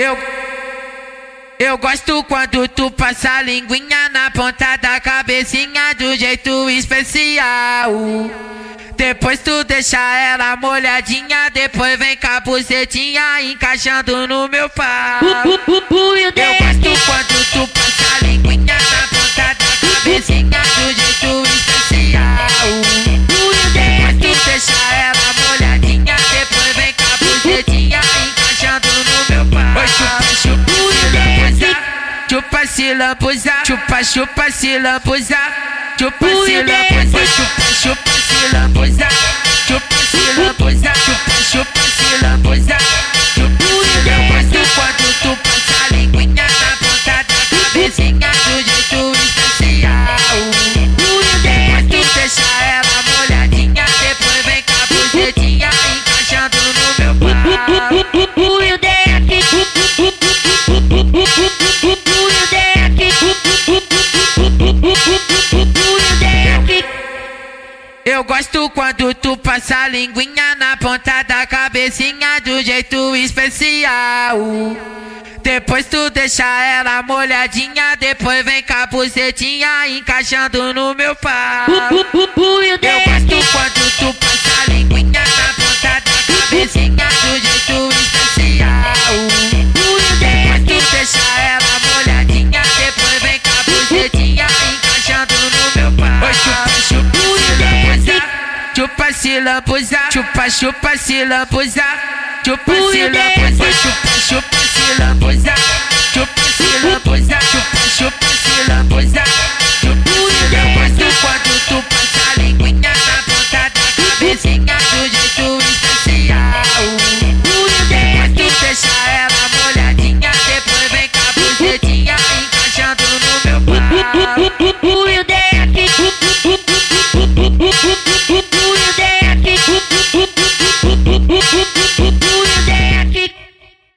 Eu, eu gosto quando tu passa a linguinha na ponta da cabecinha do jeito especial. Depois tu deixa ela molhadinha, depois vem com a bucetinha encaixando no meu pau. Eu gosto quando tu passa a linguinha na ponta da cabecinha do jeito especial. Depois tu deixa ela molhadinha, depois vem com a bucetinha encaixando no meu pau. Oi, chupa, chupa, se lambuza, chupa, se lambuza, chupa, chupa, se lambuza, chupa, se lambuza, chupa, chupa, se lambuza, chupa, se lambuza, chupa, chupa, se lambuza, chupa, se lambuza. Quando tu passa a linguinha na ponta da cabecinha do jeito especial. Depois tu deixa ela molhadinha, depois vem com a bucetinha encaixando no meu pau. Eu gosto quando tu passa a linguinha na ponta da cabecinha do jeito especial. Depois tu deixa ela molhadinha, depois vem com a bucetinha encaixando no meu pau. Eu gosto quando tu passa a linguinha na ponta da cabecinha do jeito especial. Depois tu deixa ela molhadinha, depois vem com a bucetinha encaixando no meu pau. Oi, chupa, chupa, se lambuza, chupa, se lambuza, chupa, chupa, se lambuza, chupa, se lambuza, chupa, chupa,